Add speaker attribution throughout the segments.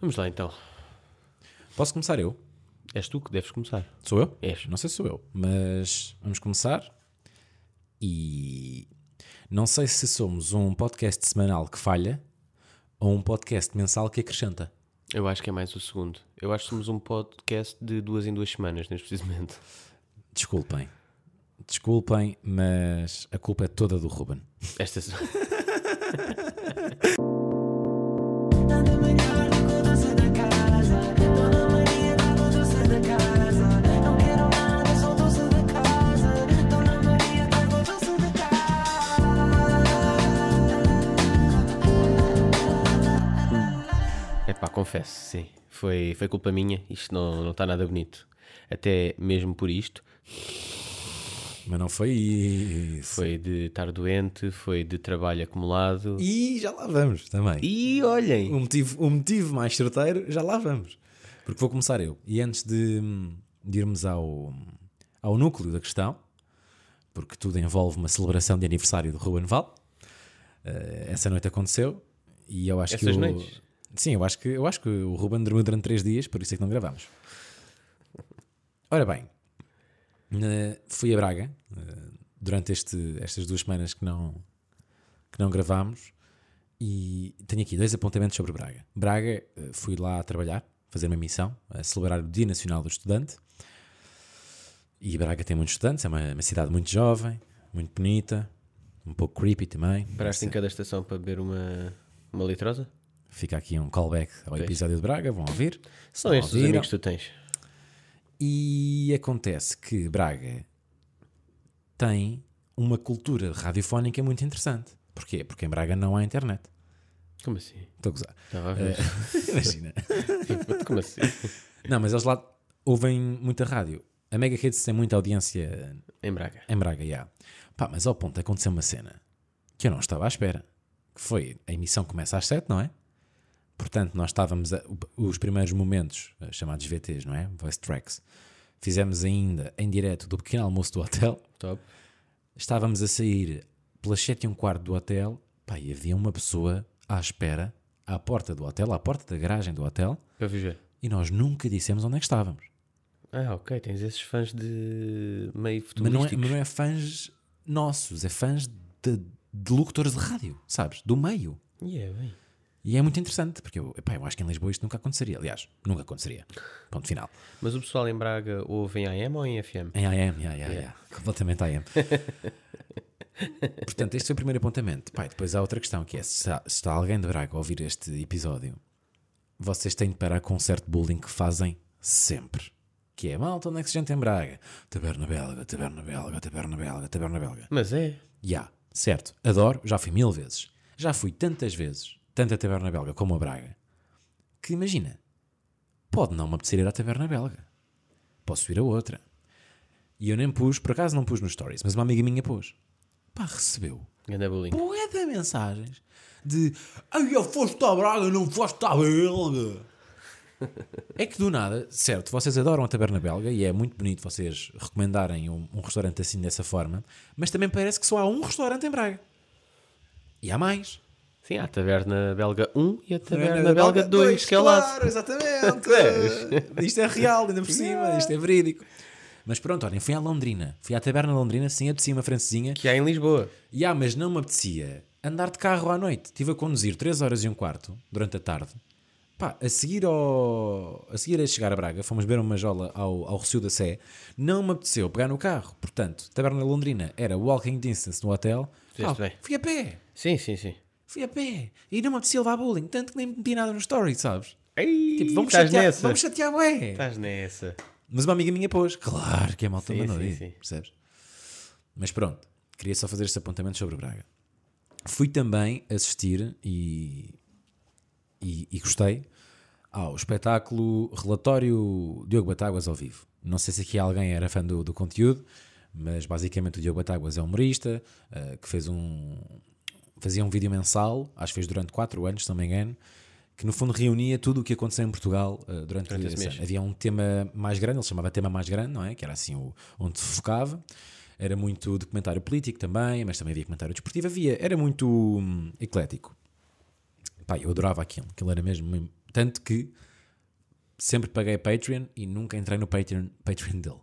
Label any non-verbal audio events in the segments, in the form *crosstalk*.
Speaker 1: Vamos lá então.
Speaker 2: Posso começar eu?
Speaker 1: És tu que deves começar.
Speaker 2: Sou eu?
Speaker 1: És.
Speaker 2: Não sei se sou eu, mas vamos começar. E não sei se somos um podcast semanal que falha ou um podcast mensal que acrescenta.
Speaker 1: Eu acho que é mais o segundo. Eu acho que somos um podcast de duas em duas semanas, neste precisamente.
Speaker 2: Desculpem. Desculpem, mas a culpa é toda do Ruben.
Speaker 1: Esta se- *laughs*
Speaker 3: Dona Maria tá com doce na casa. Dona Maria tá com doce na casa. Não quero nada, só doce da casa. Dona Maria tá com doce na
Speaker 1: É pá, confesso, sim. Foi, foi culpa minha. Isto não não está nada bonito. Até mesmo por isto.
Speaker 2: Mas não foi isso.
Speaker 1: Foi de estar doente, foi de trabalho acumulado.
Speaker 2: E já lá vamos também.
Speaker 1: E olhem!
Speaker 2: O, motivo, o motivo mais certeiro, já lá vamos. Porque vou começar eu. E antes de, de irmos ao, ao núcleo da questão, porque tudo envolve uma celebração de aniversário do Ruben Val, eh, essa noite aconteceu e eu acho
Speaker 1: Essas
Speaker 2: que. o-
Speaker 1: noites?
Speaker 2: Sim, eu acho que, eu acho que o Ruben dormiu durante três dias, por isso é que não gravámos. Ora bem, eh, fui a Braga eh, durante este, estas duas semanas que não, que não gravámos e tenho aqui dois apontamentos sobre Braga. Braga, eh, fui lá trabalhar, fazer uma missão, a celebrar o Dia Nacional do Estudante. E Braga tem muitos estudantes, é uma, uma cidade muito jovem, muito bonita, um pouco creepy também.
Speaker 1: Paraste em cada estação para beber uma, uma litrosa?
Speaker 2: Fica aqui um callback ao episódio de Braga, vão ouvir. Se
Speaker 1: São
Speaker 2: não
Speaker 1: estes os
Speaker 2: ouviram.
Speaker 1: amigos que tu tens.
Speaker 2: E acontece que Braga tem uma cultura radiofónica muito interessante. Porquê? Porque em Braga não há internet.
Speaker 1: Como assim?
Speaker 2: Estou a gozar. *laughs*
Speaker 1: Estava a ver.
Speaker 2: É. Imagina.
Speaker 1: Como assim?
Speaker 2: Não, mas eles lá ouvem muita rádio. A Mega Hits tem muita audiência
Speaker 1: Em Braga.
Speaker 2: em Braga, já. Pá, mas ao ponto aconteceu uma cena que eu não estava à espera. Que foi, a emissão começa às 7, não é? Portanto, nós estávamos, a- os primeiros momentos, eh, chamados VTs, não é? Voice Tracks, fizemos ainda em direto do pequeno almoço do hotel.
Speaker 1: Top.
Speaker 2: Estávamos a sair pelas 7 e um quarto do hotel, pá, e havia uma pessoa à espera, à porta do hotel, à porta da garagem do hotel,
Speaker 1: Para viver.
Speaker 2: e nós nunca dissemos onde é que estávamos.
Speaker 1: Ah, ok. Tens esses fãs de meio
Speaker 2: Mas não, é,
Speaker 1: futurísticos.
Speaker 2: mas não é fãs nossos, é fãs de, de locutores de rádio, sabes? Do meio.
Speaker 1: E é bem.
Speaker 2: E é muito interessante, porque eu, epá, eu acho que em Lisboa isto nunca aconteceria. Aliás, nunca aconteceria. Ponto final.
Speaker 1: Mas o pessoal em Braga ouve em AM ou em FM?
Speaker 2: Em IAM, yeah, yeah, yeah. completamente IAM. Portanto, este foi o primeiro apontamento. Pai, depois há outra questão que é: se está, se está alguém de Braga a ouvir este episódio, vocês têm de parar com um certo bullying que fazem sempre. Que é malta, onde é que se janta em Braga? Taberna belga, taberna belga, taberna belga, taberna belga.
Speaker 1: Mas é.
Speaker 2: Já, certo, adoro, já fui mil vezes. Já fui tantas vezes, tanto a Taberna Belga como a Braga, que imagina, pode não me apetecer ir à Taberna Belga. Posso ir a outra. E eu nem pus, por acaso não pus nos stories, mas uma amiga minha pôs. Pá, recebeu
Speaker 1: Ganda bullying.
Speaker 2: bué de mensagens de Ai, eu foste à Braga, não foste à Belga. é que do nada, certo, vocês adoram a taberna belga e é muito bonito vocês recomendarem um, um restaurante assim dessa forma, mas também parece que só há um restaurante em Braga. E há mais.
Speaker 1: Sim, há a Taverna Belga 1 e a Taverna Belga 2, que é lá.
Speaker 2: Claro, exatamente. *laughs* isto é real, ainda por cima, isto é verídico. Mas pronto, olhem, fui à Londrina. Fui à taberna Londrina, sim, apetecia uma francesinha.
Speaker 1: Que há em Lisboa.
Speaker 2: E ah, mas não me apetecia andar de carro à noite. Estive a conduzir 3 horas e um quarto durante a tarde. Pá, a seguir ao... a seguir a chegar a Braga, fomos beber uma jola ao, ao Recio da Sé. Não me apeteceu pegar no carro. Portanto, Taberna Londrina era walking distance no hotel.
Speaker 1: Fizeste
Speaker 2: Pá,
Speaker 1: bem.
Speaker 2: fui a pé.
Speaker 1: Sim, sim, sim.
Speaker 2: Fui a pé. E não me apetecia levar bullying. Tanto que nem meti nada no story, sabes?
Speaker 1: Ei,
Speaker 2: Tipo, vamos
Speaker 1: estás
Speaker 2: chatear,
Speaker 1: nessa.
Speaker 2: vamos chatear, ué.
Speaker 1: Estás nessa.
Speaker 2: Mas uma amiga minha pôs. Claro que é malta
Speaker 1: Sim,
Speaker 2: mandou
Speaker 1: sim,
Speaker 2: ir,
Speaker 1: sim.
Speaker 2: percebes? Mas pronto, queria só fazer este apontamento sobre o Braga. Fui também assistir e, e, e gostei ao espetáculo Relatório Diogo Batáguas ao vivo. Não sei se aqui alguém era fã do, do conteúdo, mas basicamente o Diogo Batáguas é um humorista eh, que fez um, fazia um vídeo mensal, acho que fez durante 4 anos, se não me engano, que no fundo reunia tudo o que aconteceu em Portugal eh, durante,
Speaker 1: Durante esse
Speaker 2: esse
Speaker 1: mês.
Speaker 2: ano. Havia um tema mais grande, ele chamava tema mais grande, não é? Que era assim o, onde se focava. Era muito documentário político também, mas também havia comentário desportivo, havia, era muito hum, eclético. Pá, eu adorava aquilo, aquilo era mesmo Tanto que sempre paguei Patreon e nunca entrei no Patreon, Patreon dele.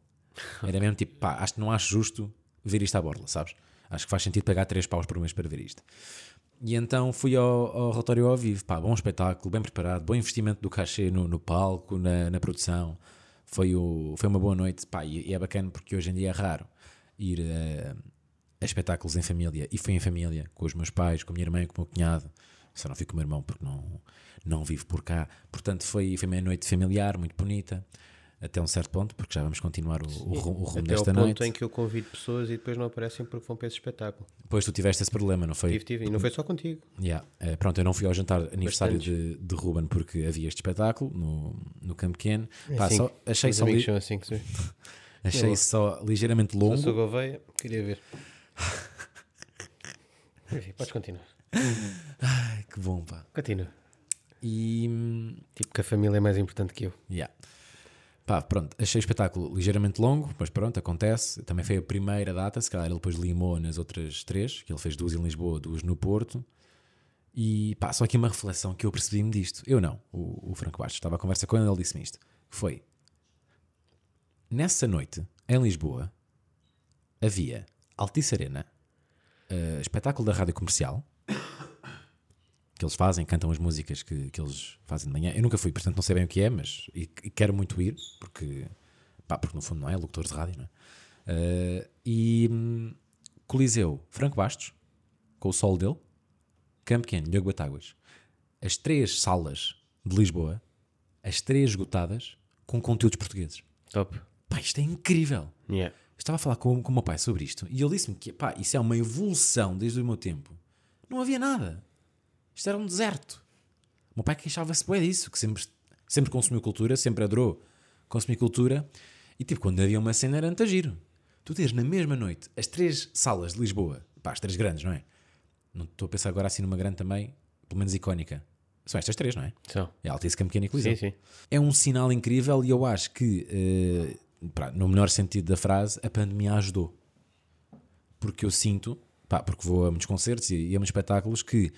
Speaker 2: Era mesmo tipo, pá, acho que não acho justo ver isto à borla, sabes? Acho que faz sentido pagar 3 paus por mês para ver isto. E então fui ao, ao relatório ao vivo, pá, bom espetáculo, bem preparado, bom investimento do cachê no, no palco, na, na produção. Foi, o, foi uma boa noite, pá, e, e é bacana porque hoje em dia é raro ir a, a espetáculos em família. E fui em família, com os meus pais, com a minha irmã e com o meu cunhado. Só não fui com o meu irmão porque não, não vivo por cá. Portanto, foi, foi uma noite familiar, muito bonita, até um certo ponto, porque já vamos continuar o, o, ru- o rumo
Speaker 1: Até ao
Speaker 2: desta
Speaker 1: ponto
Speaker 2: noite.
Speaker 1: em que eu convido pessoas e depois não aparecem porque vão para esse espetáculo.
Speaker 2: Depois tu tiveste esse problema, não foi?
Speaker 1: Tive, tive. E não foi só contigo.
Speaker 2: Yeah. Eh, pronto, eu não fui ao jantar aniversário de, de Ruben porque havia este espetáculo no, no Campo Pequeno. Pá,
Speaker 1: Assim,
Speaker 2: só- achei,
Speaker 1: meus
Speaker 2: só,
Speaker 1: amigos
Speaker 2: li-
Speaker 1: são assim que se vê.
Speaker 2: achei só ligeiramente
Speaker 1: Eu sou
Speaker 2: longo.
Speaker 1: Gouveia, queria *laughs* ver. Enfim, podes continuar.
Speaker 2: Ai, que bom, pá.
Speaker 1: Continua.
Speaker 2: E. hum,
Speaker 1: Tipo que a família é mais importante que eu.
Speaker 2: Yeah. Pá, pronto, achei o espetáculo ligeiramente longo, mas pronto, acontece. Também foi a primeira data, se calhar ele depois limou nas outras três, que ele fez duas em Lisboa, duas no Porto. E pá, só aqui uma reflexão que eu percebi-me disto. Eu não, o, o Franco Bastos. Estava a conversa com ele, ele disse-me isto. que Foi, nessa noite, em Lisboa, havia Altice Arena, eh, espetáculo da rádio comercial, que eles fazem, cantam as músicas que, que eles fazem de manhã. Eu nunca fui, portanto não sei bem o que é, mas e, e quero muito ir, porque, pá, porque no fundo não é, locutor de rádio, não é? Eh, e hum, Coliseu, Franco Bastos, com o sol dele, Campo Pequeno, Diogo Batáguas. As três salas de Lisboa, as três esgotadas, com conteúdos portugueses.
Speaker 1: Top.
Speaker 2: Pá, isto é incrível!
Speaker 1: Yeah.
Speaker 2: Eu estava a falar com, com o meu pai sobre isto e ele disse-me que pá, isso é uma evolução desde o meu tempo. Não havia nada. Isto era um deserto. O meu pai queixava-se bem disso, que sempre, sempre consumiu cultura, sempre adorou consumir cultura. E tipo, quando havia uma cena era muito giro. Tu tens na mesma noite as três salas de Lisboa, pá, as três grandes, não é? Não estou a pensar agora assim numa grande também, pelo menos icónica. São estas três, não é?
Speaker 1: São.
Speaker 2: É Altice, Campequeno e Coliseu.
Speaker 1: Sim, sim.
Speaker 2: É um sinal incrível e eu acho que, eh, pá, no melhor sentido da frase, a pandemia ajudou. Porque eu sinto, pá, porque vou a muitos concertos e, e a muitos espetáculos, que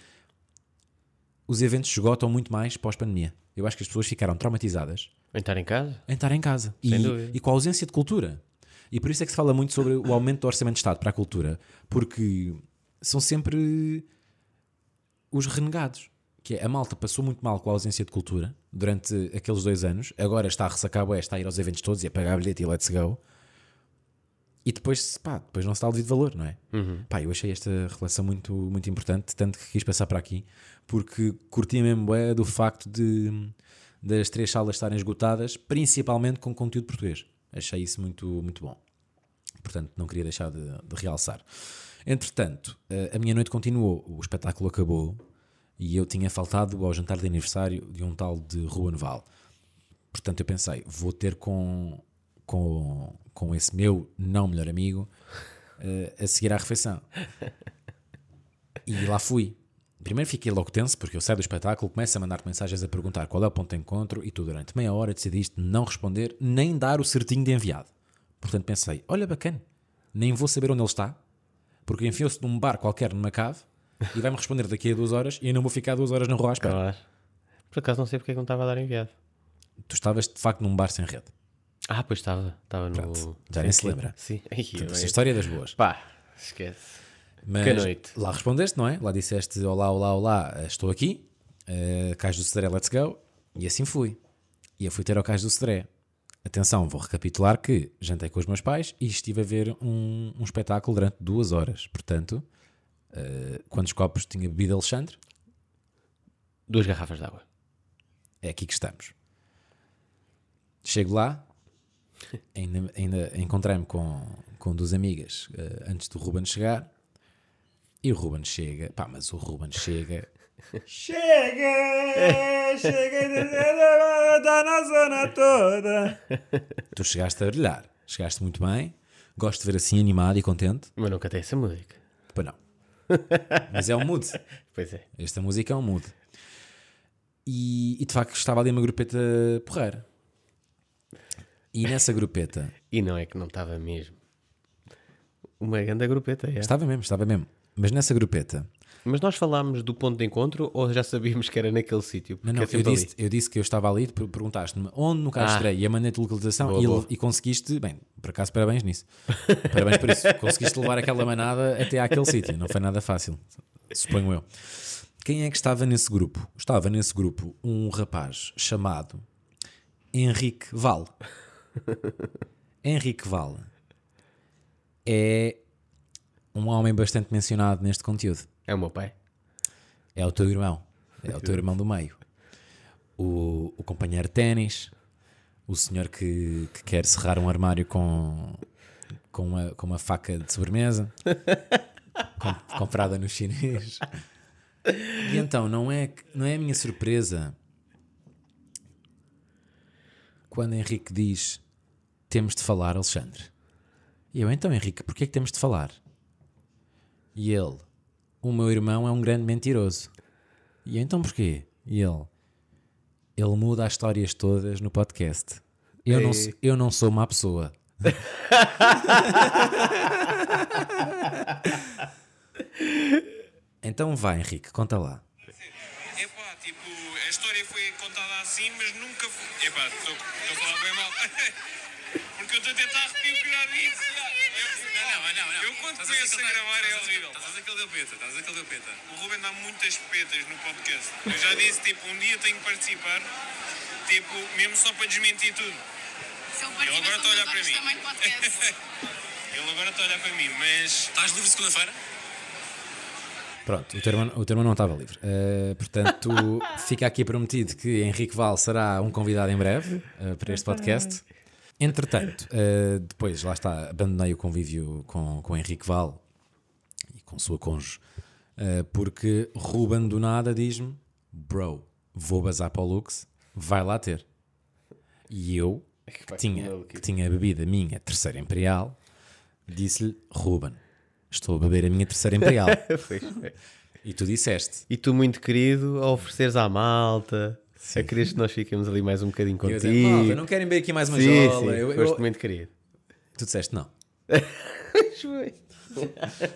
Speaker 2: os eventos esgotam muito mais pós-pandemia. Eu acho que as pessoas ficaram traumatizadas
Speaker 1: Vem estar então em casa?
Speaker 2: em estar em casa
Speaker 1: Sem
Speaker 2: e,
Speaker 1: dúvida.
Speaker 2: e com a ausência de cultura. E por isso é que se fala muito sobre o aumento do orçamento de Estado para a cultura, porque são sempre os renegados. Que é, a malta passou muito mal com a ausência de cultura durante aqueles dois anos, agora está a ressacar bué, está a ir aos eventos todos e a pagar bilhete e let's go. E depois, pá, depois não se dá o devido valor, não é? Pá, eu achei esta relação muito, muito importante, tanto que quis passar para aqui, porque curti mesmo é do facto de das três salas estarem esgotadas, principalmente com conteúdo português. Achei isso muito, muito bom. Portanto, não queria deixar de, de realçar. Entretanto, eh, a minha noite continuou, o espetáculo acabou e eu tinha faltado ao jantar de aniversário de um tal de Rua Noval. Portanto, eu pensei, vou ter com, com, com esse meu não melhor amigo eh, a seguir à refeição. E lá fui. Primeiro fiquei logo tenso, porque eu saio do espetáculo, começo a mandar mensagens a perguntar qual é o ponto de encontro, e tu durante meia hora decidiste não responder, nem dar o certinho de enviado. Portanto pensei, olha bacana, nem vou saber onde ele está, porque enfiou-se num bar qualquer numa cave, e vai-me responder daqui a duas horas, e eu não vou ficar duas horas na rua à espera.
Speaker 1: Claro. Por acaso não sei porque é que não estava a dar enviado.
Speaker 2: Tu estavas de facto num bar sem rede.
Speaker 1: Ah, pois estava. Estava no.
Speaker 2: Pronto, já nem se lembra.
Speaker 1: Sim. Ai, eu-
Speaker 2: Essa história é das boas.
Speaker 1: Pá, esquece.
Speaker 2: Mas
Speaker 1: Que noite.
Speaker 2: lá respondeste, não é? Lá disseste olá, olá, olá, estou aqui, uh, Cais do Cedré, let's go. E assim fui. E eu fui ter ao Cais do Cedré. Atenção, vou recapitular que jantei com os meus pais e estive a ver um, um espetáculo durante duas horas. Portanto, uh, quantos copos tinha bebido Alexandre?
Speaker 1: Duas garrafas de água.
Speaker 2: É aqui que estamos. Chego lá, ainda, ainda encontrei-me com, com duas amigas eh, antes do Ruben chegar. E o Ruben chega, pá, mas o Ruben chega. chega! Chega! Está na zona toda! Tu chegaste a brilhar, chegaste muito bem. Gosto de ver assim animado e contente.
Speaker 1: Mas nunca tem essa música.
Speaker 2: Pá, não. Mas é um mood.
Speaker 1: Pois é.
Speaker 2: Esta música é um mood. E, e, de facto estava ali uma grupeta porreira. E nessa grupeta,
Speaker 1: E não é que não estava mesmo. Uma grande grupeta, é.
Speaker 2: estava mesmo, estava mesmo, mas nessa grupeta
Speaker 1: Mas nós falámos do ponto de encontro ou já sabíamos que era naquele sítio? Porque
Speaker 2: Não, não,
Speaker 1: é
Speaker 2: eu
Speaker 1: sempre ali.
Speaker 2: disse, eu disse que eu estava ali, per- perguntaste-me onde nunca
Speaker 1: Ah.
Speaker 2: estreia e a maneira de localização
Speaker 1: Boa,
Speaker 2: e,
Speaker 1: boa.
Speaker 2: e conseguiste, bem, por acaso parabéns nisso. Parabéns por isso. Conseguiste levar aquela manada até àquele sítio. Não foi nada fácil, suponho eu. Quem é que estava nesse grupo? Estava nesse grupo um rapaz chamado Henrique Val. Henrique Val é um homem bastante mencionado neste conteúdo.
Speaker 1: É o meu pai. *laughs*
Speaker 2: É o teu irmão. É o teu irmão do meio. O, o companheiro de ténis. O senhor que, que quer serrar um armário com, com, uma, com uma faca de sobremesa. *laughs* com- comprada no chinês. E então, não é, que- não é a minha surpresa quando Henrique diz temos de falar, Alexandre. E eu, então, Henrique, porquê é que temos de falar? E ele, o meu irmão é um grande mentiroso. E eu, então porquê? E ele, ele muda as histórias todas no podcast. Eu, não,
Speaker 1: Ei.
Speaker 2: sou- eu não sou má pessoa. então vai, Henrique, conta lá.
Speaker 4: Epá, tipo, a história foi contada assim, mas nunca foi. Epá, estou estou a falar bem mal. *laughs* Porque eu estou a tentar recuperar isso. Não, não, não, não. Eu quando começo a gravar é horrível. Estás aquele deu peta, estás aquele deu peta. O Ruben dá muitas petas no podcast. Eu já disse, tipo, um dia tenho que participar, tipo, mesmo só para desmentir tudo.
Speaker 5: Se eu
Speaker 4: Ele agora
Speaker 5: partilho
Speaker 4: está a olhar para mim.
Speaker 5: também um podcast.
Speaker 4: Ele agora está a olhar para mim, mas. Estás livre segunda-feira?
Speaker 2: Pronto, o teu irmão, o teu irmão não estava livre. Eh, portanto, fica aqui prometido que Henrique Val será um convidado em breve eh, para este podcast. Entretanto, eh, depois, lá está, abandonei o convívio com, com Henrique Val e com sua cônjuge, eh, porque Ruben do nada diz-me: Bro, vou bazar para o Lux, vai lá ter. E eu, que tinha, que tinha bebido a minha terceira Imperial, disse-lhe: Ruben, estou a beber a minha terceira Imperial.
Speaker 1: Pois é.
Speaker 2: E tu disseste.
Speaker 1: E tu, muito querido, a ofereceres à malta, a quereres que nós fiquemos ali mais um bocadinho
Speaker 2: Eu
Speaker 1: contigo.
Speaker 2: disse, "Malta, não querem ver aqui mais uma
Speaker 1: sim,
Speaker 2: jola.
Speaker 1: sim,
Speaker 2: Eu- eu-
Speaker 1: foste muito querido.
Speaker 2: Tu disseste não.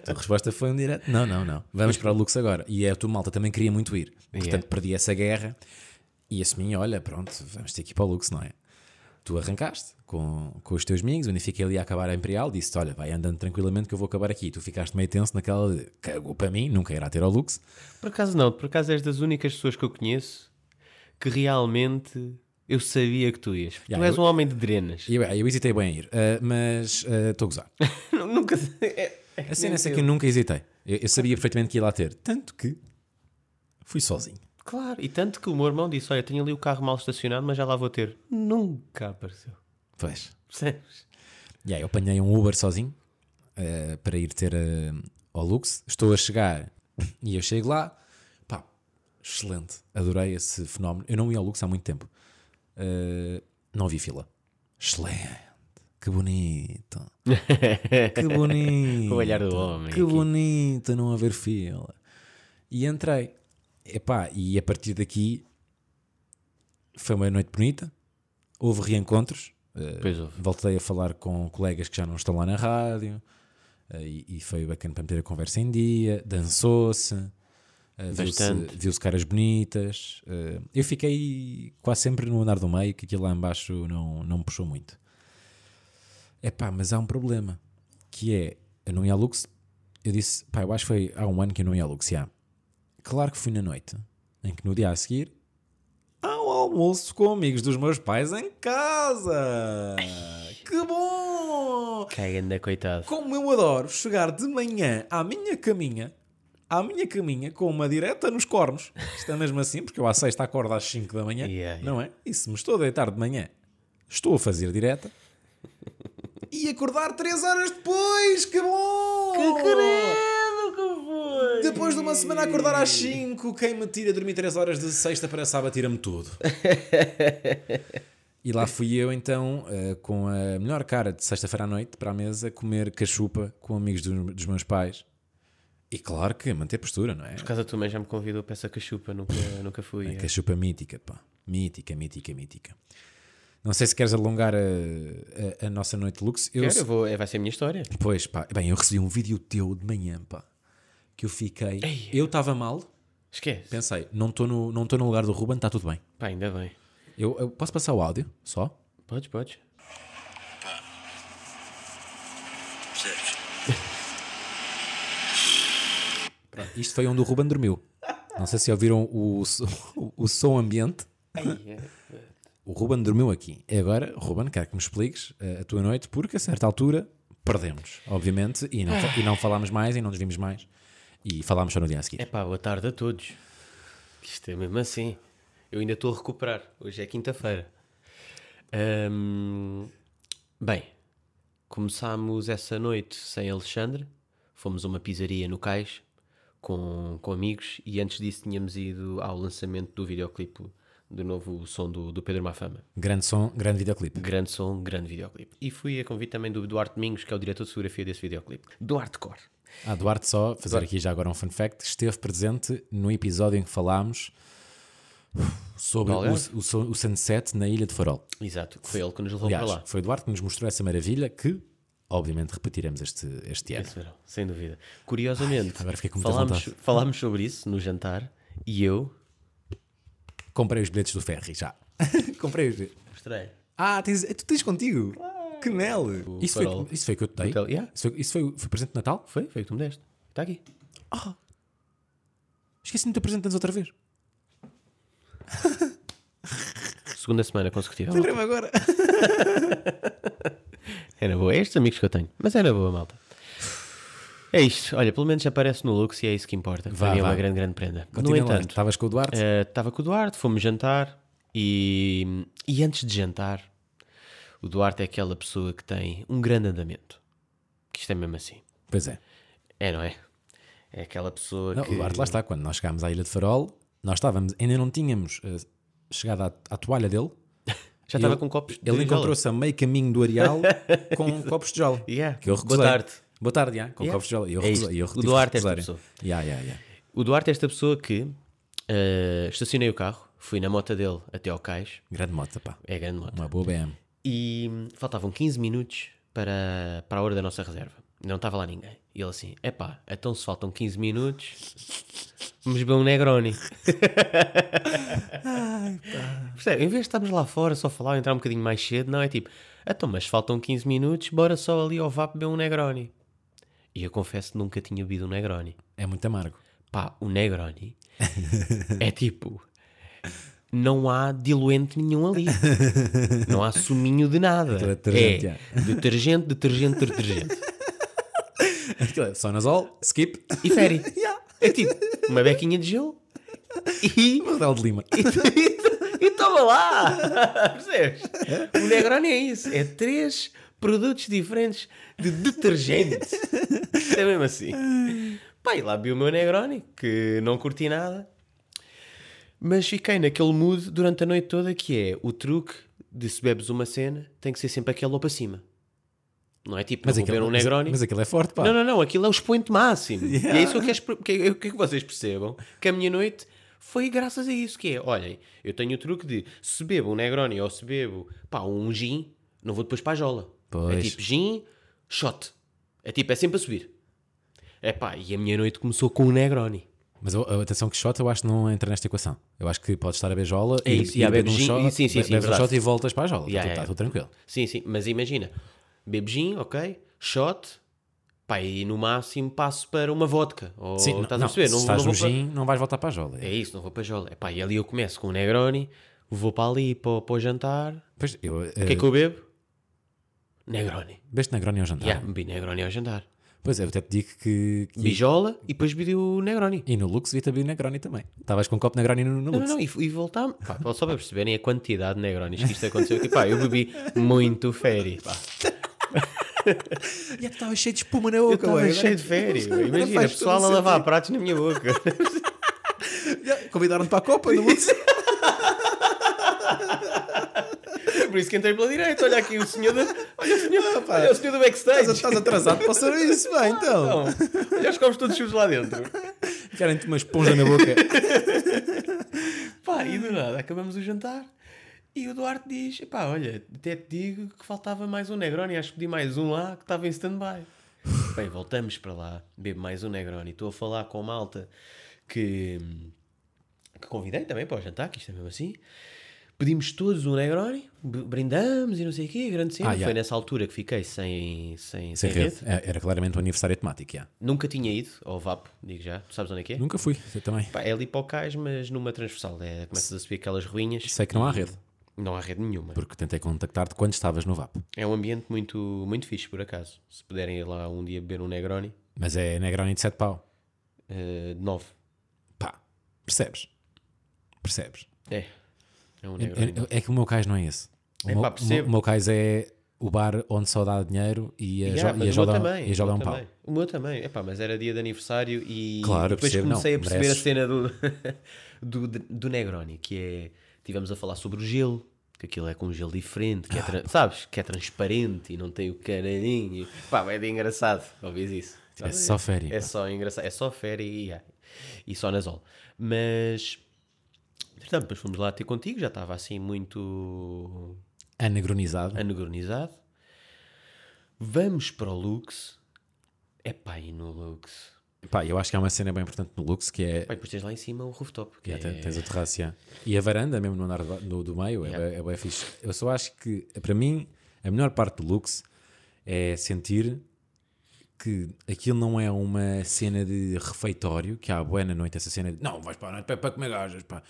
Speaker 2: A tua resposta foi um direto. Não, não, não. Vamos para o Lux agora. E a tua malta também queria muito ir. Portanto,
Speaker 1: Yeah.
Speaker 2: perdi essa guerra e assumi, olha, pronto, vamos ter que ir para o Lux, não é? Tu arrancaste com, com os teus amigos, eu nem fiquei ali a acabar a Imperial, disse olha, vai andando tranquilamente que eu vou acabar aqui. E tu ficaste meio tenso naquela de, cagou para mim, nunca irá ter ao Lux.
Speaker 1: Por acaso não, por acaso és das únicas pessoas que eu conheço que realmente eu sabia que tu ias.
Speaker 2: Yeah,
Speaker 1: tu és
Speaker 2: eu-
Speaker 1: um homem de drenas.
Speaker 2: E eu, eu hesitei bem em ir, ah, mas ah, estou a gozar.
Speaker 1: *laughs* Nunca.
Speaker 2: A cena é essa que eu nunca hesitei. Eu, eu sabia perfeitamente que ia lá ter. Tanto que fui sozinho.
Speaker 1: Claro, e tanto que o meu irmão disse: Olha, tenho ali o carro mal estacionado, mas já lá vou ter. Nunca apareceu.
Speaker 2: Pois.
Speaker 1: Percebes?
Speaker 2: E aí eu apanhei um Uber sozinho eh, para ir ter eh, ao Lux. Estou a chegar e eu chego lá. Pá, excelente. Adorei esse fenómeno. Eu não ia ao Lux há muito tempo. Eh, não vi fila. Excelente. Que bonito.
Speaker 1: *laughs*
Speaker 2: Que bonito.
Speaker 1: O olhar do homem
Speaker 2: Que
Speaker 1: aqui.
Speaker 2: bonito não haver fila. E entrei. Epá, e a partir daqui foi uma noite bonita. Houve reencontros. eh,
Speaker 1: Pois houve.
Speaker 2: Voltei a falar com colegas que já não estão lá na rádio eh, e, e foi bacana para meter a conversa em dia. Dançou-se, eh, viu-se
Speaker 1: Bastante.
Speaker 2: viu-se caras bonitas. eh, eu fiquei quase sempre no andar do meio, que aquilo lá embaixo não, não me puxou muito. Epá, mas há um problema que é eu não ia à Lux. Eu disse, pá, eu acho que foi há um ano que eu não ia à Lux. já. Claro que fui na noite em que no dia a seguir ao almoço com amigos dos meus pais em casa. Que bom!
Speaker 1: Quem anda, coitado.
Speaker 2: Como eu adoro chegar de manhã à minha caminha, à minha caminha com uma direta nos cornos. Isto é mesmo assim, porque eu à sexta acordo às 5 da manhã,
Speaker 1: Yeah, yeah.
Speaker 2: não é? E se me estou a deitar de manhã, estou a fazer direta. E acordar 3 horas depois, que bom! Que Depois de uma semana a acordar às 5, quem me tira dormir 3 horas de sexta para sábado tira-me tudo. E lá fui eu então, eh, com a melhor cara de sexta-feira à noite, para a mesa, comer cachupa com amigos do- dos meus pais. E claro que manter postura, não é?
Speaker 1: Por causa da tua mãe já me convidou para essa cachupa, nunca, nunca fui. é.
Speaker 2: Cachupa mítica, pá. Mítica, mítica, mítica. Não sei se queres alongar a, a- a nossa noite de luxo. Eu,
Speaker 1: Quero, eu vou, é, vai ser a minha história.
Speaker 2: Pois, pá. Bem, eu recebi um vídeo teu de manhã, pá. que eu fiquei.
Speaker 1: Ei.
Speaker 2: Eu estava mal,
Speaker 1: Esquece.
Speaker 2: pensei, não estou no, não tô no lugar do Ruben, está tudo bem.
Speaker 1: Pá, ainda bem.
Speaker 2: Eu, eu posso passar o áudio só?
Speaker 1: Podes, podes.
Speaker 4: Pá. Percebes?
Speaker 2: Pronto, Isto foi onde o Ruben dormiu. Não sei se ouviram o, so- *laughs* o som ambiente. O Ruben dormiu aqui. E agora, Ruben, quero que me expliques eh, a tua noite, porque a certa altura perdemos, obviamente, e não, fa- e não falámos mais e não nos vimos mais. E falámos só no dia a seguir.
Speaker 1: É pá, boa tarde a todos. Isto é mesmo assim. Eu ainda estou a recuperar. Hoje é quinta-feira. Ahm, bem, começámos essa noite sem Alexandre. Fomos a uma pizzaria no Cais com, com amigos e antes disso tínhamos ido ao lançamento do videoclipe do novo som do, do Pedro Mafama.
Speaker 2: Grande som, grande videoclipe.
Speaker 1: Grande som, grande videoclipe. E fui a convite também do Duarte Domingos, que é o diretor de fotografia desse videoclipe. Duarte Core.
Speaker 2: Ah, Duarte, só fazer aqui já agora um fun fact: esteve presente no episódio em que falámos sobre
Speaker 1: Do
Speaker 2: o,
Speaker 1: Algarve?
Speaker 2: o sun- o sunset na Ilha de Farol.
Speaker 1: Exato, foi ele que nos levou para
Speaker 2: Aliás,
Speaker 1: lá.
Speaker 2: foi Duarte que nos mostrou essa maravilha que, obviamente, repetiremos este, este ano.
Speaker 1: Esse verão, sem dúvida. Curiosamente,
Speaker 2: É Ai, agora fiquei com muita
Speaker 1: falámos,
Speaker 2: vontade.
Speaker 1: falámos sobre isso no jantar e eu
Speaker 2: Comprei os bilhetes do ferry
Speaker 1: *laughs*
Speaker 2: já. Comprei os bilhetes.
Speaker 1: mostrei.
Speaker 2: Ah, tens- tu tens contigo? Que mel! Isso foi,
Speaker 1: farol.
Speaker 2: isso foi que eu te dei?
Speaker 1: Hotel, Então, yeah.
Speaker 2: Isso, foi, isso foi, foi presente de Natal?
Speaker 1: Foi, foi o que tu me deste. Está aqui.
Speaker 2: Esqueci-me de te apresentar outra vez.
Speaker 1: Segunda semana consecutiva.
Speaker 2: Lembrei-me agora.
Speaker 1: Era boa. É estes amigos que eu tenho. Mas era boa, malta. É isto. Olha, pelo menos aparece no Lux e é isso que importa.
Speaker 2: Vá,
Speaker 1: Para mim é
Speaker 2: vá.
Speaker 1: uma grande, grande prenda.
Speaker 2: Continua
Speaker 1: no
Speaker 2: lá.
Speaker 1: entanto, É.
Speaker 2: Estavas com o Duarte?
Speaker 1: Estava com o Duarte, fomos jantar e, e antes de jantar, o Duarte é aquela pessoa que tem um grande andamento. Que isto é mesmo assim.
Speaker 2: Pois é.
Speaker 1: É, não é? É aquela pessoa
Speaker 2: Não,
Speaker 1: que.
Speaker 2: O Duarte, lá está, quando nós chegámos à Ilha de Farol, nós estávamos, ainda não tínhamos eh, chegado à, à toalha dele.
Speaker 1: Já estava
Speaker 2: Ele-
Speaker 1: com copos de
Speaker 2: Ele encontrou-se a meio caminho
Speaker 1: *laughs*
Speaker 2: do areal com copos de jola.
Speaker 1: Yeah.
Speaker 2: Que eu
Speaker 1: Boa
Speaker 2: recusei.
Speaker 1: tarde.
Speaker 2: Boa tarde, yeah, com
Speaker 1: Yeah.
Speaker 2: copos de jola. E Eu
Speaker 1: É
Speaker 2: recusei.
Speaker 1: isto.
Speaker 2: e eu
Speaker 1: O
Speaker 2: tive que
Speaker 1: Duarte é esta
Speaker 2: recusar. Yeah, yeah, yeah.
Speaker 1: O Duarte é esta pessoa que eh, estacionei o carro, fui na moto dele até ao cais,
Speaker 2: Grande moto, pá.
Speaker 1: é a grande moto,
Speaker 2: Uma boa BM.
Speaker 1: e hum, faltavam 15 minutos para, para a hora da nossa reserva. Não estava lá ninguém. E ele assim, epá, então se faltam 15 minutos, vamos beber um Negroni. Percebe? Em vez de estarmos lá fora só a falar, entrar um bocadinho mais cedo, não é tipo, então mas faltam 15 minutos, bora só ali ao VAP beber um Negroni. E eu confesso que nunca tinha bebido um Negroni.
Speaker 2: É
Speaker 1: *laughs*
Speaker 2: muito amargo.
Speaker 1: Pá, o Negroni é tipo. Não há diluente nenhum ali. Não há suminho de nada.
Speaker 2: Aquilo é detergente,
Speaker 1: É detergente, detergente, detergente.
Speaker 2: Aquilo é Sonazol, skip, *laughs*
Speaker 1: E fere. É tipo uma bequinha de gelo e.
Speaker 2: Rodel de Lima.
Speaker 1: E toma lá! *laughs* Percebes? O Negroni é isso. É três produtos diferentes de detergente. Isto É mesmo assim. Pá, e lá vi o meu Negroni, que não curti nada. Mas fiquei naquele mood durante a noite toda que é o truque de se bebes uma cena, tem que ser sempre aquele lá para cima. Não é tipo, mas
Speaker 2: Mas
Speaker 1: vou
Speaker 2: aquilo,
Speaker 1: beber um
Speaker 2: mas-
Speaker 1: Negroni.
Speaker 2: mas aquilo é forte, pá.
Speaker 1: Não, não, não, aquilo é o expoente
Speaker 2: *laughs*
Speaker 1: máximo. E é isso que eu quero expre- que, eu quero que vocês percebam. Que a minha noite foi graças a isso que é. Olhem, eu tenho o truque de se bebo um Negroni ou se bebo pá, um gin, não vou depois para a jola. É
Speaker 2: Pois.
Speaker 1: tipo gin, shot. É tipo, é sempre a subir. É pá, e a minha noite começou com um Negroni.
Speaker 2: Mas eu- eu- atenção que shot eu acho que não entra nesta equação. Eu acho que podes estar a beijola
Speaker 1: É isso,
Speaker 2: e,
Speaker 1: e
Speaker 2: e
Speaker 1: a
Speaker 2: beber um
Speaker 1: bebes gin-
Speaker 2: shot,
Speaker 1: e sim, sim,
Speaker 2: be-
Speaker 1: sim,
Speaker 2: bebes um
Speaker 1: verdade.
Speaker 2: shot e voltas para a jola.
Speaker 1: Yeah,
Speaker 2: Está
Speaker 1: yeah.
Speaker 2: tudo tranquilo.
Speaker 1: Sim, sim, mas imagina, bebo gin, ok, shot, pá, e no máximo passo para uma vodka. Ou,
Speaker 2: Sim,
Speaker 1: estás
Speaker 2: não,
Speaker 1: a perceber?
Speaker 2: Se
Speaker 1: Não-
Speaker 2: estás
Speaker 1: não
Speaker 2: no
Speaker 1: vou para-
Speaker 2: gin, não vais voltar para a jola.
Speaker 1: É isso, não vou para Jola. Epá, e ali eu começo com o Negroni, vou para ali para, o- para o jantar.
Speaker 2: Pois, eu, uh,
Speaker 1: O que é que eu bebo? Negroni.
Speaker 2: Beste Negroni ao jantar.
Speaker 1: Já, bebi Negroni ao jantar.
Speaker 2: Pois é, eu até te digo que. que-
Speaker 1: Bijola e depois bebi o Negroni.
Speaker 2: E no Lux devia-te abrir Negroni também. Estavas com um copo de Negroni no, no
Speaker 1: Não,
Speaker 2: Lux.
Speaker 1: não, não, e, e voltámos. Pá, só para perceberem a quantidade de Negronis que isto aconteceu aqui. Pá, eu bebi muito féri. Pá.
Speaker 2: E estava cheio de espuma na
Speaker 1: Eu
Speaker 2: boca,
Speaker 1: estava cheio de féri. meu. Imagina, o pessoal a lavar pratos na minha boca. *laughs*
Speaker 2: *laughs* Convidaram-te para a Copa no *laughs* Lux.
Speaker 1: Por isso que entrei pela direita. Olha aqui o senhor da- Olha o senhor, olha o senhor do backstage.
Speaker 2: Ah, Estás atrasado para o serviço, pá, então.
Speaker 1: Não, olha os copos todos chuvos lá dentro.
Speaker 2: Querem-te uma esponja na boca. *laughs*
Speaker 1: Pá, e
Speaker 2: Hum.
Speaker 1: do nada, acabamos o jantar e o Duarte diz:
Speaker 2: *laughs*
Speaker 1: pá, olha, até te digo que faltava mais um Negroni, acho que pedi mais um lá que estava em stand-by. Bem, voltamos para lá, bebo mais um Negroni. Estou a falar com a malta que, que convidei também para o jantar, que isto é mesmo assim. Pedimos todos um Negroni, b- brindamos e não sei o quê, grande cena.
Speaker 2: Ah, já.
Speaker 1: Foi nessa altura que fiquei sem, sem,
Speaker 2: Sem
Speaker 1: sem rede.
Speaker 2: rede. É, Era claramente um aniversário temático, já.
Speaker 1: Nunca tinha ido ao VAP, digo já. Tu sabes onde é que é?
Speaker 2: Nunca fui, eu também.
Speaker 1: Pá, é ali para o cais, mas numa transversal. É, começas a subir aquelas ruínas.
Speaker 2: Sei que não há rede,
Speaker 1: Não há rede nenhuma.
Speaker 2: porque tentei contactar-te quando estavas no VAP.
Speaker 1: É um ambiente muito, muito fixe, por acaso. Se puderem ir lá um dia beber um Negroni,
Speaker 2: Mas é Negroni de 7 pau.
Speaker 1: eh, de nove.
Speaker 2: Pá, percebes? Percebes?
Speaker 1: É. É um
Speaker 2: É,
Speaker 1: Negroni.
Speaker 2: é- é que o meu cais não é esse. O,
Speaker 1: É
Speaker 2: meu,
Speaker 1: pá,
Speaker 2: o meu-
Speaker 1: percebo.
Speaker 2: o meu cais é o bar onde só dá dinheiro e a,
Speaker 1: Yeah,
Speaker 2: é,
Speaker 1: mas
Speaker 2: jo- e a
Speaker 1: o meu
Speaker 2: joga,
Speaker 1: também,
Speaker 2: e a
Speaker 1: o
Speaker 2: joga
Speaker 1: meu
Speaker 2: um pau.
Speaker 1: também. O meu também, Epá, mas era dia de aniversário e
Speaker 2: Claro,
Speaker 1: depois
Speaker 2: percebo, não,
Speaker 1: comecei a perceber
Speaker 2: mereces.
Speaker 1: a cena do, do, *laughs* do Negroni, que é. Tivemos a falar sobre o gelo, que aquilo é com um gelo diferente,
Speaker 2: Ah,
Speaker 1: que é, tra- sabes? Que é transparente e não tem o caralhinho. Pá, é de engraçado, ouvis isso.
Speaker 2: É só férias,
Speaker 1: É
Speaker 2: pá.
Speaker 1: só engraçado, é só férias e, yeah, e só nasol. Mas. Portanto, depois fomos lá ter contigo, já estava assim muito
Speaker 2: Anegronizado.
Speaker 1: anegronizado. Vamos para o Lux. Epá, e no Lux.
Speaker 2: Pá, eu acho que há uma cena bem importante no Lux que é.
Speaker 1: Pai, depois tens lá em cima o rooftop. Que
Speaker 2: Yeah,
Speaker 1: é...
Speaker 2: ten- tens a terraça, yeah. E a varanda, mesmo no andar do, do- do meio, é
Speaker 1: Yeah.
Speaker 2: bué- é bem fixe. Eu só acho que, para mim, a melhor parte do Lux é sentir que aquilo não é uma cena de refeitório, que há boa na noite essa cena de não, vais para a noite para, para comer gajas, pá.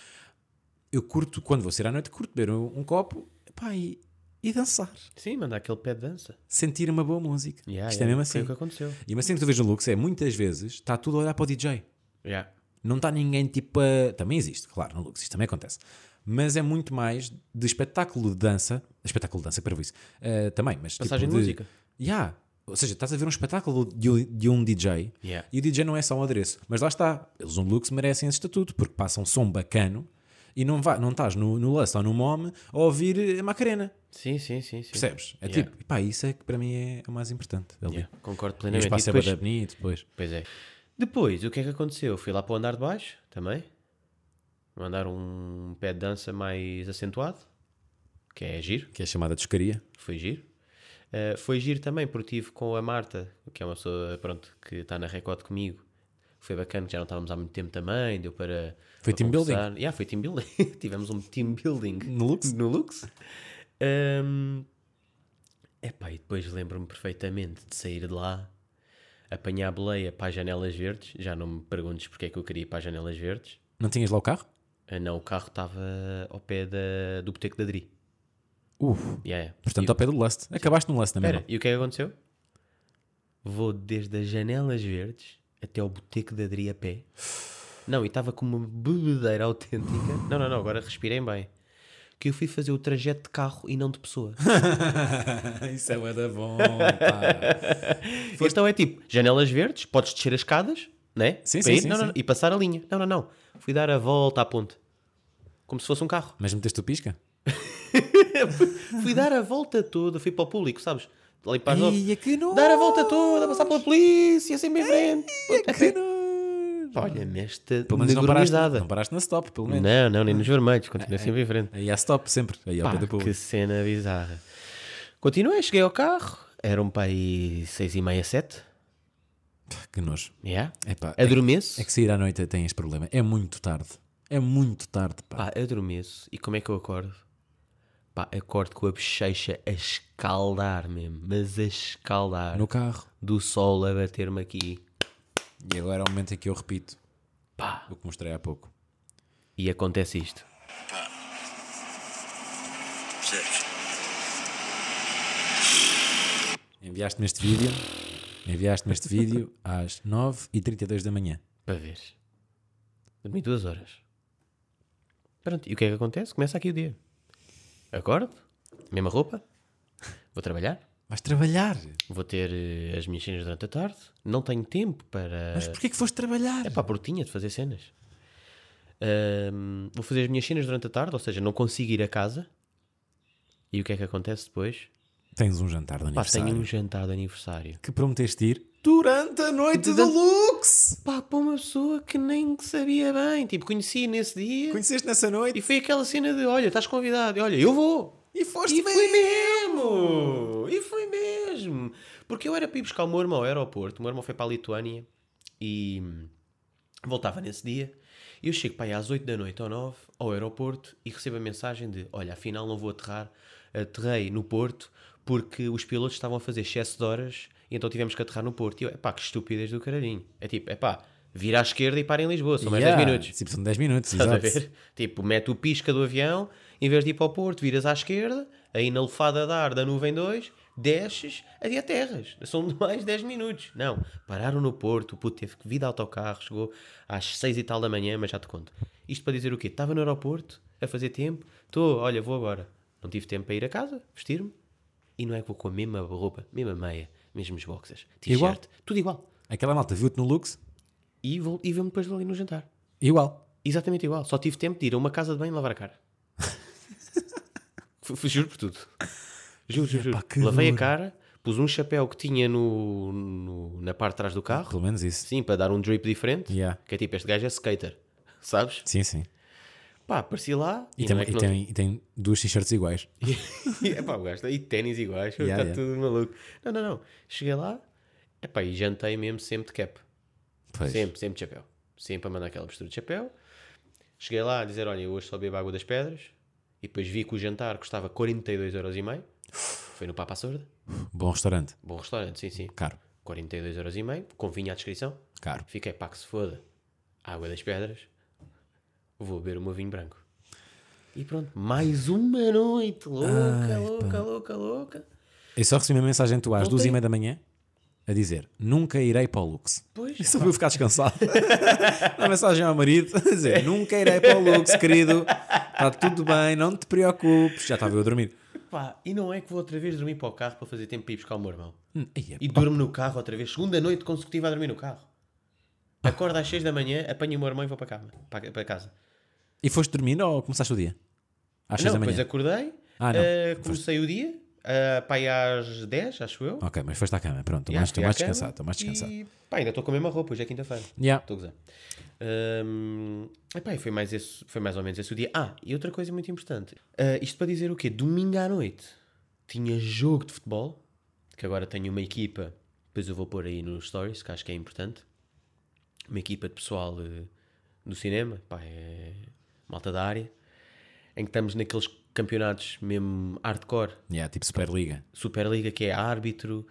Speaker 2: Eu curto, quando vou sair à noite, curto beber um, um copo pá, e, e dançar.
Speaker 1: Sim, manda aquele pé de dança.
Speaker 2: Sentir uma boa música.
Speaker 1: Yeah,
Speaker 2: Isto
Speaker 1: yeah,
Speaker 2: é mesmo
Speaker 1: Foi
Speaker 2: assim.
Speaker 1: o que aconteceu.
Speaker 2: E uma cena que tu vês no Lux é, muitas vezes, está tudo a olhar para o DJ.
Speaker 1: Yeah.
Speaker 2: Não está ninguém tipo a... Também existe, claro, no Lux, isto também acontece. Mas é muito mais de espetáculo de dança. Espetáculo de dança, para isso. Eh, também, mas. tipo
Speaker 1: Passagem de música.
Speaker 2: Yeah. Ou seja, estás a ver um espetáculo de, um- de um DJ
Speaker 1: Yeah.
Speaker 2: e o DJ não é só um adereço. Mas lá está, eles no Lux merecem esse estatuto porque passam som bacano e não, vai, não estás no, no Lust ou no MOM a ouvir a Macarena.
Speaker 1: Sim, sim, sim. sim.
Speaker 2: Percebes? É
Speaker 1: Yeah.
Speaker 2: tipo, pá, isso é que para mim é o mais importante. Ali.
Speaker 1: Yeah, Concordo
Speaker 2: E o
Speaker 1: plenamente. E
Speaker 2: espaço
Speaker 1: depois...
Speaker 2: é bué da bonito, depois.
Speaker 1: Pois é. Depois, o que é que aconteceu? Fui lá para o andar de baixo também. Mandar um pé de dança mais acentuado. Que é giro.
Speaker 2: Que é chamada de chuscaria.
Speaker 1: Foi giro. Uh, foi giro também porque estive com a Marta, que é uma pessoa pronto, que está na Record comigo. Foi bacana, que já não estávamos há muito tempo também, deu para.
Speaker 2: Foi
Speaker 1: para
Speaker 2: team building?
Speaker 1: conversar. Yeah, foi team building. *laughs* Tivemos um team building
Speaker 2: No Lux?
Speaker 1: No Lux. Um, epá, e depois lembro-me perfeitamente de sair de lá, apanhar a boleia para as janelas verdes. Já não me perguntes porque é que eu queria ir para as janelas verdes.
Speaker 2: Não tinhas lá o carro?
Speaker 1: Ah, não, o carro estava ao pé da, do Boteco da Dri.
Speaker 2: Uf,
Speaker 1: Yeah, yeah.
Speaker 2: Portanto, ao pé do Lust. Acabaste no Lust na
Speaker 1: Espera,
Speaker 2: mesma.
Speaker 1: e o que é que aconteceu? Vou desde as janelas verdes até ao boteco da Adri a pé. Não, e estava com uma bebedeira autêntica. Não, não, não, agora respirem bem. Que eu fui fazer o trajeto de carro e não de pessoa.
Speaker 2: Isso é bué da bom, pá.
Speaker 1: Então é tipo, janelas verdes, podes descer as escadas, né?
Speaker 2: Sim,
Speaker 1: Para
Speaker 2: sim,
Speaker 1: ir,
Speaker 2: sim,
Speaker 1: não, não,
Speaker 2: sim.
Speaker 1: E passar a linha. Não, não, não. Fui dar a volta à ponte. Como se fosse um carro.
Speaker 2: *laughs* Mas meteste o pisca?
Speaker 1: Fui dar a volta toda, fui para o público, sabes? Ali para as nove.
Speaker 2: Ia que nojo!
Speaker 1: Dar a volta toda, passar pela polícia, assim bem frente.
Speaker 2: Que nojo!
Speaker 1: Olha-me esta
Speaker 2: Pelo menos não paraste,
Speaker 1: negronizada.
Speaker 2: não paraste na stop, pelo menos.
Speaker 1: Não, não, nem nos vermelhos, continua sempre em frente.
Speaker 2: Aí há stop sempre, aí ao
Speaker 1: Pá,
Speaker 2: É pé do povo.
Speaker 1: que cena bizarra. Continuei, cheguei ao carro, eram para aí seis e meia, sete.
Speaker 2: Pá, Que nojo.
Speaker 1: Yeah.
Speaker 2: É pá, é,
Speaker 1: Adormeço.
Speaker 2: é que sair à noite tem este problema. É muito tarde. É muito tarde, pá.
Speaker 1: Pá, adormeço. E como é que eu acordo? Pá, acordo com a bochecha a escaldar mesmo, mas a escaldar.
Speaker 2: No carro.
Speaker 1: Do sol a bater-me aqui.
Speaker 2: E agora é o momento em que eu repito
Speaker 1: Pá.
Speaker 2: o que mostrei há pouco.
Speaker 1: E acontece isto.
Speaker 5: Pá. Percebes?
Speaker 2: Enviaste-me este vídeo. Enviaste-me este vídeo às 9h32 da manhã.
Speaker 1: Para ver. Dormi duas horas. Pronto, e o que é que acontece? Começa aqui o dia. Acordo, mesma roupa, vou trabalhar,
Speaker 2: Vais trabalhar.
Speaker 1: vou ter eh, as minhas cenas durante a tarde, não tenho tempo para.
Speaker 2: Mas porquê que foste trabalhar?
Speaker 1: É pá, porque tinha de fazer cenas. Ahm, vou fazer as minhas cenas durante a tarde, ou seja, não consigo ir a casa. E o que é que acontece depois?
Speaker 2: Tens um jantar de
Speaker 1: Pá,
Speaker 2: aniversário.
Speaker 1: tenho um jantar de aniversário.
Speaker 2: que prometeste ir durante a noite do Lux.
Speaker 1: Pá, para uma pessoa que nem sabia bem, tipo, conheci nesse dia.
Speaker 2: Conheceste nessa
Speaker 1: E
Speaker 2: noite
Speaker 1: foi aquela cena de: olha, estás convidado, e olha, eu vou.
Speaker 2: e foste
Speaker 1: E foi mesmo! E foi mesmo! Porque eu era para ir buscar o meu irmão ao aeroporto, o meu irmão foi para a Lituânia e hum, voltava nesse dia. Eu chego para aí às 8 da noite ou 9 ao aeroporto e recebo a mensagem de: Olha, afinal não vou aterrar, aterrei no Porto porque os pilotos estavam a fazer excesso de horas e então tivemos que aterrar no Porto. E eu, epá, que estupidez do caralhinho. É tipo, epá, vira à esquerda e para em Lisboa, são mais
Speaker 2: Yeah,
Speaker 1: 10 minutos.
Speaker 2: Tipo, são 10 minutos,
Speaker 1: Estás a
Speaker 2: exato.
Speaker 1: ver? Tipo, mete o pisca do avião, em vez de ir para o Porto, viras à esquerda, aí na lefada de ar da nuvem 2, desces, havia terras. São mais 10 minutos. Não, pararam no Porto, o puto teve que vir de autocarro, chegou às 6 e tal da manhã, mas já te conto. Isto para dizer o quê? Estava no aeroporto, a fazer tempo, estou, olha, vou agora. Não tive tempo para ir a casa, vestir-me, e não é que vou com a mesma roupa, mesma meia, mesmos boxers,
Speaker 2: Igual.
Speaker 1: t-shirt, tudo igual.
Speaker 2: Aquela malta viu-te no Lux,
Speaker 1: E, vou, e vamos depois ali no jantar.
Speaker 2: igual.
Speaker 1: Exatamente igual. Só tive tempo de ir a uma casa de banho e lavar a
Speaker 2: *laughs*
Speaker 1: cara. F- f- juro por tudo. Juro, juro, juro.
Speaker 2: Epá, que
Speaker 1: Lavei a
Speaker 2: duro.
Speaker 1: cara, pus um chapéu que tinha no, no- na parte de trás do carro,
Speaker 2: Ah, Pelo menos isso.
Speaker 1: sim, para dar um drip diferente.
Speaker 2: Yeah.
Speaker 1: Que é tipo, este gajo é skater, sabes?
Speaker 2: Sim, sim.
Speaker 1: Pá, apareci lá
Speaker 2: E,
Speaker 1: não
Speaker 2: tem,
Speaker 1: é que
Speaker 2: e,
Speaker 1: não-
Speaker 2: tem, e tem duas t-shirts iguais.
Speaker 1: e, *laughs* epá, o gajo está- e ténis iguais, está
Speaker 2: Yeah, yeah.
Speaker 1: tudo maluco. Não, não, não. Cheguei lá, epá, e jantei mesmo sempre de cap.
Speaker 2: Pois.
Speaker 1: Sempre, sempre de chapéu. Sempre a mandar aquela postura de chapéu. Cheguei lá a dizer, olha, eu hoje só bebo água das pedras. E depois vi que o jantar custava 42,5€. Foi no Papa Sorda.
Speaker 2: Bom restaurante.
Speaker 1: Bom restaurante, sim, sim.
Speaker 2: Caro.
Speaker 1: 42,5€. Convinha à descrição.
Speaker 2: Caro.
Speaker 1: Fiquei, pá, que se foda. Água das pedras. Vou beber o meu vinho branco. E pronto, mais uma noite. Louca, louca, louca, louca.
Speaker 2: Eu só recebi uma mensagem tua às
Speaker 1: Não
Speaker 2: duas e
Speaker 1: tem-
Speaker 2: meia da manhã a dizer nunca irei para o Lux.
Speaker 1: Pois.
Speaker 2: Eu só para eu ficar descansado. *laughs* uma mensagem ao marido a dizer nunca irei para o Lux, querido. Está tudo bem, não te preocupes. Já estava eu a dormir.
Speaker 1: Pá, e não é que vou outra vez dormir para o carro para fazer tempo para ir buscar o meu irmão.
Speaker 2: Hum, ai,
Speaker 1: E durmo no carro outra vez, segunda noite consecutiva a dormir no carro. Acordo às 6 da manhã, apanho o meu irmão e vou para, cama, para, para casa.
Speaker 2: E foste dormir ou começaste o dia? Às seis
Speaker 1: não,
Speaker 2: da
Speaker 1: depois
Speaker 2: manhã.
Speaker 1: acordei,
Speaker 2: Ah, não.
Speaker 1: eh, comecei o dia, eh, pá, aí às 10, acho eu.
Speaker 2: Ok, mas foste à cama, pronto, estou
Speaker 1: Já
Speaker 2: Tá mais,
Speaker 1: é. fui à
Speaker 2: estou mais
Speaker 1: cama
Speaker 2: descansado, estou mais descansado.
Speaker 1: E, pá, ainda estou com a mesma roupa, hoje é quinta-feira.
Speaker 2: Yeah.
Speaker 1: Estou a gozar. Hum, epá, e foi, mais esse, foi mais ou menos esse o dia. Ah, e outra coisa muito importante. Ah, isto para dizer o quê? Domingo à noite tinha jogo de futebol, que agora tenho uma equipa, depois eu vou pôr aí nos stories, que acho que é importante. Uma equipa de pessoal eh, do cinema, pá, é malta da área, em que estamos naqueles campeonatos mesmo hardcore,
Speaker 2: Yeah, tipo Superliga.
Speaker 1: Superliga, que é árbitro,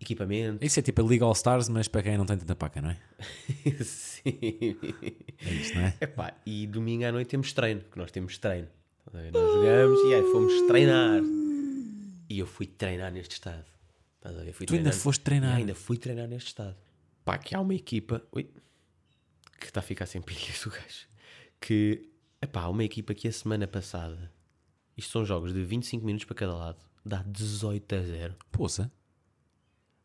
Speaker 1: equipamento.
Speaker 2: Isso é tipo a Liga All Stars, mas para quem não tem tanta paca, não é?
Speaker 1: *laughs* Sim.
Speaker 2: É isto,
Speaker 1: *laughs*
Speaker 2: não é?
Speaker 1: Epá, e domingo à noite temos treino, que nós temos treino. Nós jogamos e aí fomos treinar. E eu fui treinar neste estado. Estás a ver? Fui
Speaker 2: Tu ainda
Speaker 1: treinar-
Speaker 2: foste treinar?
Speaker 1: E ainda fui treinar neste estado. Pá, que há uma equipa. Ui, que está a ficar sem *laughs* pilhas o gajo. Que. Epá, há uma equipa que a semana passada. Isto são jogos de 25 minutos para cada lado. Dá 18 a 0.
Speaker 2: Poça.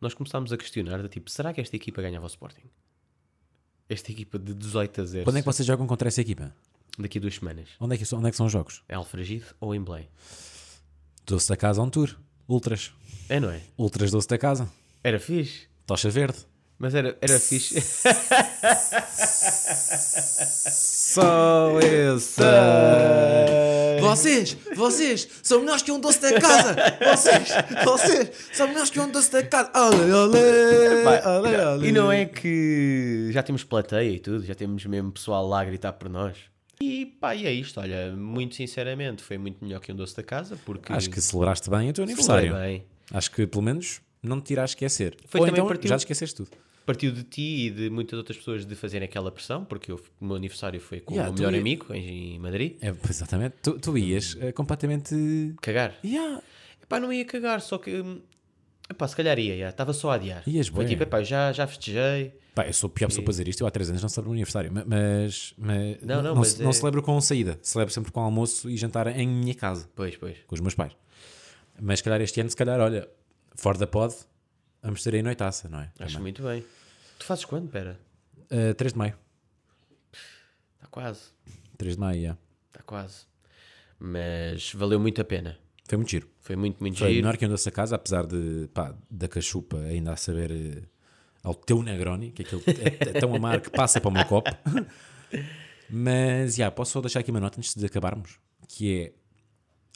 Speaker 1: Nós começámos a questionar: do tipo, será que esta equipa ganhava o Sporting? Esta equipa de 18 a 0.
Speaker 2: Quando é que vocês jogam contra essa equipa?
Speaker 1: Daqui a duas semanas.
Speaker 2: Onde é que, onde é que são os jogos?
Speaker 1: É Alfragide ou em Belém?
Speaker 2: Doce da Casa on Tour. Ultras.
Speaker 1: É, não é?
Speaker 2: Ultras Doce da Casa.
Speaker 1: Era fixe.
Speaker 2: Tocha Verde.
Speaker 1: Mas era, era fixe.
Speaker 2: Só eu sei. *laughs* Vocês, vocês, são melhores que um doce da casa. Vocês, vocês, são melhores que um doce da casa. Olê,
Speaker 1: *laughs*
Speaker 2: olê,
Speaker 1: Pá, e não é que já temos plateia e tudo, já temos mesmo pessoal lá a gritar por nós. E pá, e é isto, olha, muito sinceramente, foi muito melhor que um doce da casa, porque
Speaker 2: Acho que celebraste bem o teu
Speaker 1: celebrei
Speaker 2: aniversário.
Speaker 1: bem.
Speaker 2: Acho que pelo menos não te tiraste esquecer.
Speaker 1: Foi
Speaker 2: Ou
Speaker 1: também
Speaker 2: então
Speaker 1: partiu-
Speaker 2: já te esqueceste tudo.
Speaker 1: Partiu de ti e de muitas outras pessoas de fazerem aquela pressão, porque eu- o meu aniversário foi com
Speaker 2: Yeah,
Speaker 1: o
Speaker 2: tu
Speaker 1: meu melhor
Speaker 2: ia-
Speaker 1: amigo em, em Madrid.
Speaker 2: É, pois, exatamente. Tu, tu ias eh, completamente.
Speaker 1: Cagar.
Speaker 2: Yeah.
Speaker 1: Epá, não ia cagar, só que. hum, Epá, se calhar ia, já, estava só a adiar.
Speaker 2: Ias
Speaker 1: foi
Speaker 2: bué.
Speaker 1: tipo, epá, já, já festejei.
Speaker 2: Pá, eu sou a pior pessoa para fazer isto. Eu há 3 anos não celebro o aniversário, ma- mas. mas
Speaker 1: É. Não, não,
Speaker 2: não,
Speaker 1: mas
Speaker 2: ce- não
Speaker 1: é-
Speaker 2: celebro com saída. Celebro sempre com almoço e jantar em minha casa,
Speaker 1: Pois, pois.
Speaker 2: com os meus pais. Mas se calhar este ano, se calhar, olha, fora da pod, vamos ter aí noitaça, não é?
Speaker 1: Acho muito bem. Tu fazes quando? Pera.
Speaker 2: Uh, 3 de maio.
Speaker 1: Está quase.
Speaker 2: 3 de maio, yeah.
Speaker 1: Está quase. Mas valeu muito a pena.
Speaker 2: Foi muito giro.
Speaker 1: Foi muito, muito
Speaker 2: Foi
Speaker 1: giro.
Speaker 2: é menor que onde essa casa, apesar de, pá, da cachupa ainda a saber eh, ao teu Negroni, que aquilo é, é tão amargo que passa para o meu copo. *laughs* Mas, já, posso só deixar aqui uma nota antes de acabarmos, que é,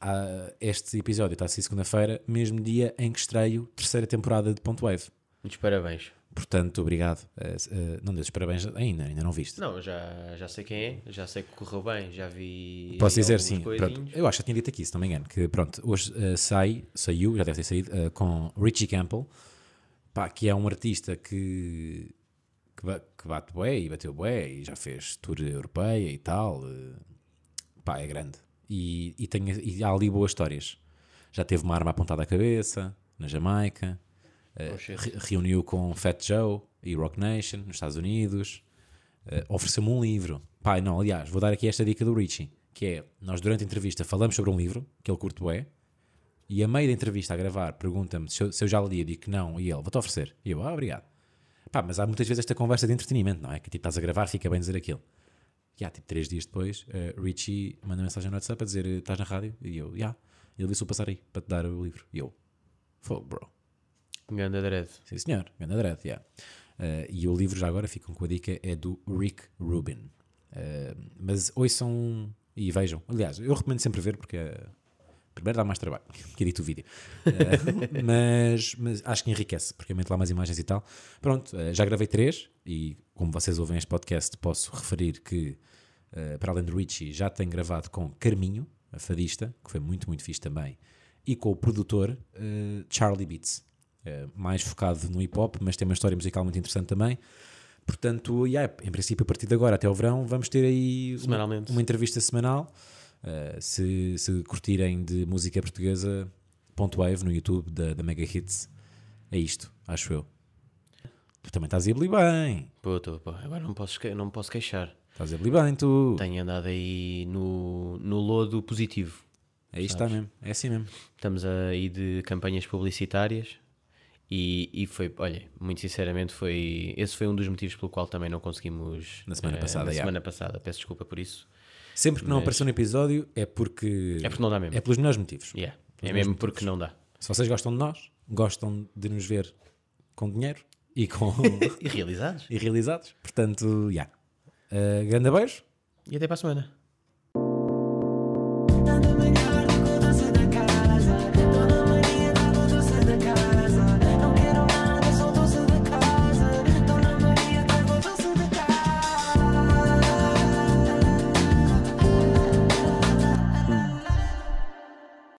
Speaker 2: ah, este episódio está a sair segunda-feira, mesmo dia em que estreio terceira temporada de Ponto Wave.
Speaker 1: Muitos parabéns.
Speaker 2: Portanto, obrigado. Eh, eh, não dei os parabéns ainda, ainda não viste.
Speaker 1: Não, já, já sei quem é, já sei que correu bem, já vi.
Speaker 2: Posso dizer
Speaker 1: alguns
Speaker 2: sim,
Speaker 1: coisinhos.
Speaker 2: pronto, eu acho que já tinha dito aqui, se não me engano, que pronto, hoje eh, sai, saiu, já deve ter saído, eh, com Richie Campbell, pá, que é um artista que, que, ba- que bate bué e bateu bué e já fez tour europeia e tal, eh, pá, é grande. E, e, tem, e há ali boas histórias. Já teve uma arma apontada à cabeça, na Jamaica, eh,
Speaker 1: Oh, shit.
Speaker 2: re- reuniu com Fat Joe e Rock Nation, nos Estados Unidos, eh, ofereceu-me um livro. Pai, não, aliás, vou dar aqui esta dica do Richie, que é, nós durante a entrevista falamos sobre um livro, que ele curte bué, e a meio da entrevista a gravar pergunta-me se eu, se eu já li, eu digo que não, e ele, vou-te oferecer. E eu, ah, obrigado. Pá, mas há muitas vezes esta conversa de entretenimento, não é? Que tipo, estás a gravar, fica bem dizer aquilo. E há tipo três dias depois, eh, Richie manda mensagem no WhatsApp a dizer: eh, Estás na rádio? E eu, já. Ele disse: Vou passar aí para te dar o livro. E eu, fogo, bro.
Speaker 1: Ganda dread.
Speaker 2: Sim, senhor, grande dread, yeah. Eh, e o livro, já agora, ficam com a dica, é do Rick Rubin. Eh, mas ouçam e vejam. Aliás, eu recomendo sempre ver porque eh, primeiro dá mais trabalho *laughs* que edito o vídeo. Eh, *laughs* mas, mas acho que enriquece porque eu meto lá mais imagens e tal. Pronto, eh, já gravei três e como vocês ouvem este podcast, posso referir que eh, para além do Richie, já tenho gravado com Carminho, a fadista, que foi muito, muito fixe também, e com o produtor eh, Charlie Beats, eh, mais focado no hip hop, mas tem uma história musical muito interessante também. Portanto, yeah, em princípio, a partir de agora até ao verão, vamos ter aí uma-
Speaker 1: Semanalmente.
Speaker 2: uma entrevista semanal. Uh, se, se curtirem de música portuguesa, ponto .wave no YouTube da, da Mega Hits. É isto, acho eu. Tu também estás a ir bem.
Speaker 1: Pô, tô, pô, agora não posso, esque- não me posso queixar.
Speaker 2: Estás a ir bem, tu.
Speaker 1: Tenho andado aí no, no lodo positivo.
Speaker 2: É isto está mesmo. É assim mesmo.
Speaker 1: Estamos aí de campanhas publicitárias e, e foi, olha, muito sinceramente, foi esse foi um dos motivos pelo qual também não conseguimos
Speaker 2: Na semana
Speaker 1: eh,
Speaker 2: passada,
Speaker 1: Na
Speaker 2: já.
Speaker 1: semana passada, peço desculpa por isso.
Speaker 2: Sempre que não apareceu no episódio é porque.
Speaker 1: É porque não dá mesmo.
Speaker 2: É pelos melhores motivos.
Speaker 1: Yeah,
Speaker 2: Pelos
Speaker 1: É
Speaker 2: melhores
Speaker 1: mesmo
Speaker 2: motivos.
Speaker 1: porque não dá.
Speaker 2: Se vocês gostam de nós, gostam de nos ver com dinheiro e
Speaker 1: *laughs*
Speaker 2: com. *laughs*
Speaker 1: E realizados.
Speaker 2: e realizados. Portanto, já. Yeah. Uh, grande beijo.
Speaker 1: E até para a semana.